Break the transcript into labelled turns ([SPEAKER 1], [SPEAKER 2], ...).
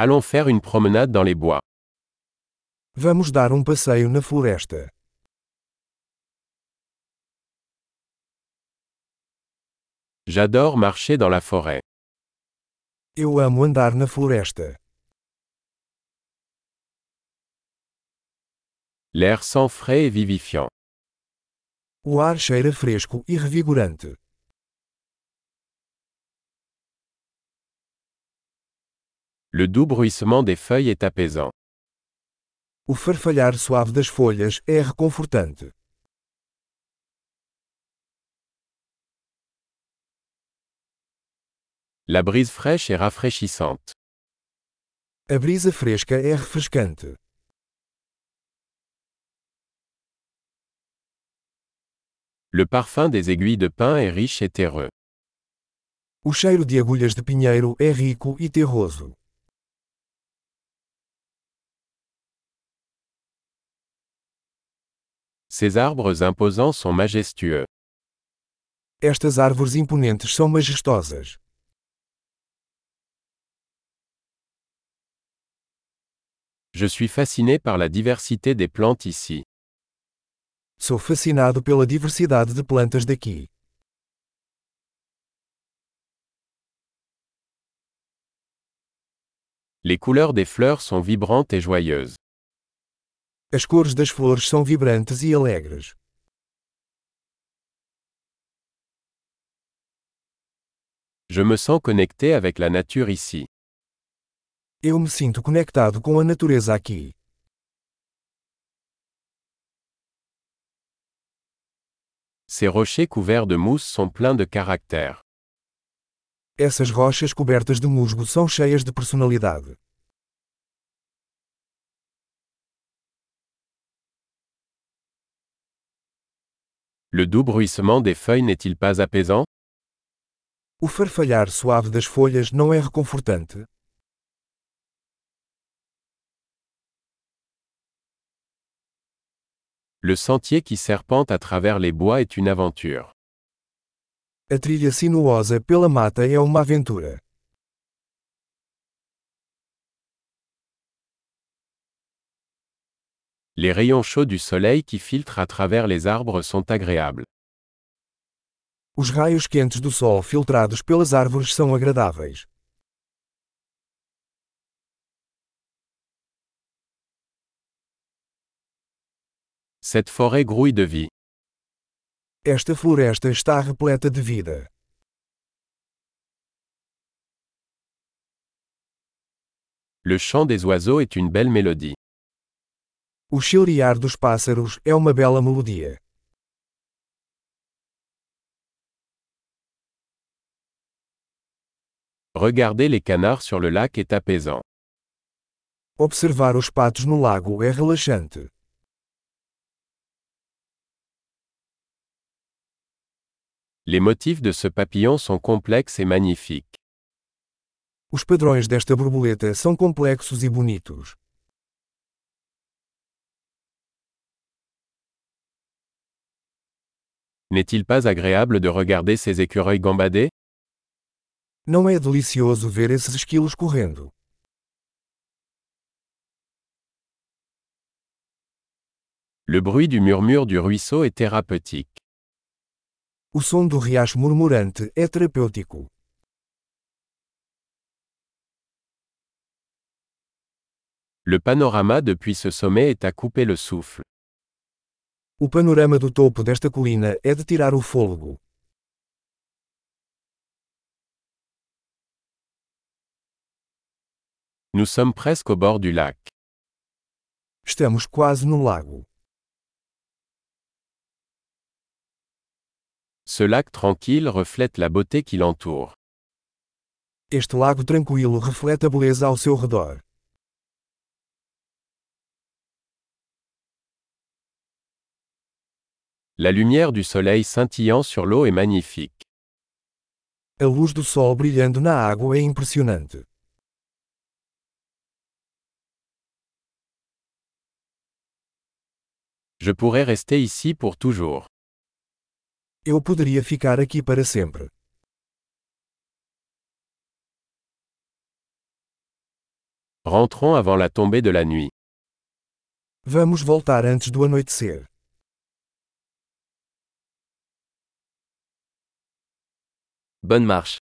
[SPEAKER 1] Allons faire une promenade dans les bois.
[SPEAKER 2] Vamos dar um passeio na floresta.
[SPEAKER 1] J'adore marcher dans la forêt.
[SPEAKER 2] Eu amo andar na floresta.
[SPEAKER 1] L'air sent frais et vivifiant.
[SPEAKER 2] O ar cheira fresco e revigorante.
[SPEAKER 1] Le doux bruissement des feuilles est apaisant.
[SPEAKER 2] O farfalhar suave das folhas é reconfortante.
[SPEAKER 1] La brise fraîche est rafraîchissante.
[SPEAKER 2] A brisa fresca é refrescante.
[SPEAKER 1] Le parfum des aiguilles de pin est riche et terreux.
[SPEAKER 2] O cheiro de agulhas de pinheiro é rico e terroso.
[SPEAKER 1] Ces arbres imposants sont majestueux.
[SPEAKER 2] Estas árvores imponentes são majestosas.
[SPEAKER 1] Je suis fasciné par la diversité des plantes ici.
[SPEAKER 2] Sou fascinado pela diversidade de plantas daqui.
[SPEAKER 1] Les couleurs des fleurs sont vibrantes et joyeuses.
[SPEAKER 2] As cores das flores são vibrantes e alegres.
[SPEAKER 1] Je me sens connecté avec la nature ici.
[SPEAKER 2] Eu me sinto conectado com a natureza aqui.
[SPEAKER 1] Ces rochers couverts de mousse sont pleins de caractère.
[SPEAKER 2] Essas rochas cobertas de musgo são cheias de personalidade.
[SPEAKER 1] Le doux bruissement des feuilles n'est-il pas apaisant
[SPEAKER 2] O farfalhar suave das folhas não é reconfortante.
[SPEAKER 1] Le sentier qui serpente à travers les bois est une aventure.
[SPEAKER 2] A trilha sinuosa pela mata é uma aventura.
[SPEAKER 1] Les rayons chauds du soleil qui filtrent à travers les arbres sont agréables.
[SPEAKER 2] Os raios quentes do sol filtrados pelas árvores são agradáveis.
[SPEAKER 1] Cette forêt grouille de vie.
[SPEAKER 2] Esta floresta está repleta de vida.
[SPEAKER 1] Le chant des oiseaux est une belle mélodie.
[SPEAKER 2] O chilrear dos pássaros é uma bela melodia.
[SPEAKER 1] Regarder les canards sur le lac est apaisant.
[SPEAKER 2] Observar os patos no lago é relaxante.
[SPEAKER 1] Les motifs de ce papillon sont complexes et magnifiques.
[SPEAKER 2] Os padrões desta borboleta são complexos e bonitos.
[SPEAKER 1] N'est-il pas agréable de regarder ces écureuils gambader
[SPEAKER 2] Não é delicioso ver esses esquilos correndo.
[SPEAKER 1] Le bruit du murmure du ruisseau est thérapeutique.
[SPEAKER 2] O som do riacho murmurante é terapêutico.
[SPEAKER 1] Le panorama depuis ce sommet est à couper le souffle.
[SPEAKER 2] O panorama do topo desta colina é de tirar o fôlego.
[SPEAKER 1] Nous sommes presque au bord du lac.
[SPEAKER 2] Estamos quase no lago.
[SPEAKER 1] Ce lac tranquille reflète la beauté qui l'entoure.
[SPEAKER 2] Este lago tranquilo reflete a beleza ao seu redor.
[SPEAKER 1] La lumière du soleil scintillant sur l'eau est magnifique.
[SPEAKER 2] A luz do sol brilhando na água é impressionante.
[SPEAKER 1] Je pourrais rester ici pour toujours.
[SPEAKER 2] Eu poderia ficar aqui para sempre.
[SPEAKER 1] Rentrons avant la tombée de la nuit.
[SPEAKER 2] Vamos voltar antes do anoitecer.
[SPEAKER 1] Bonne marche.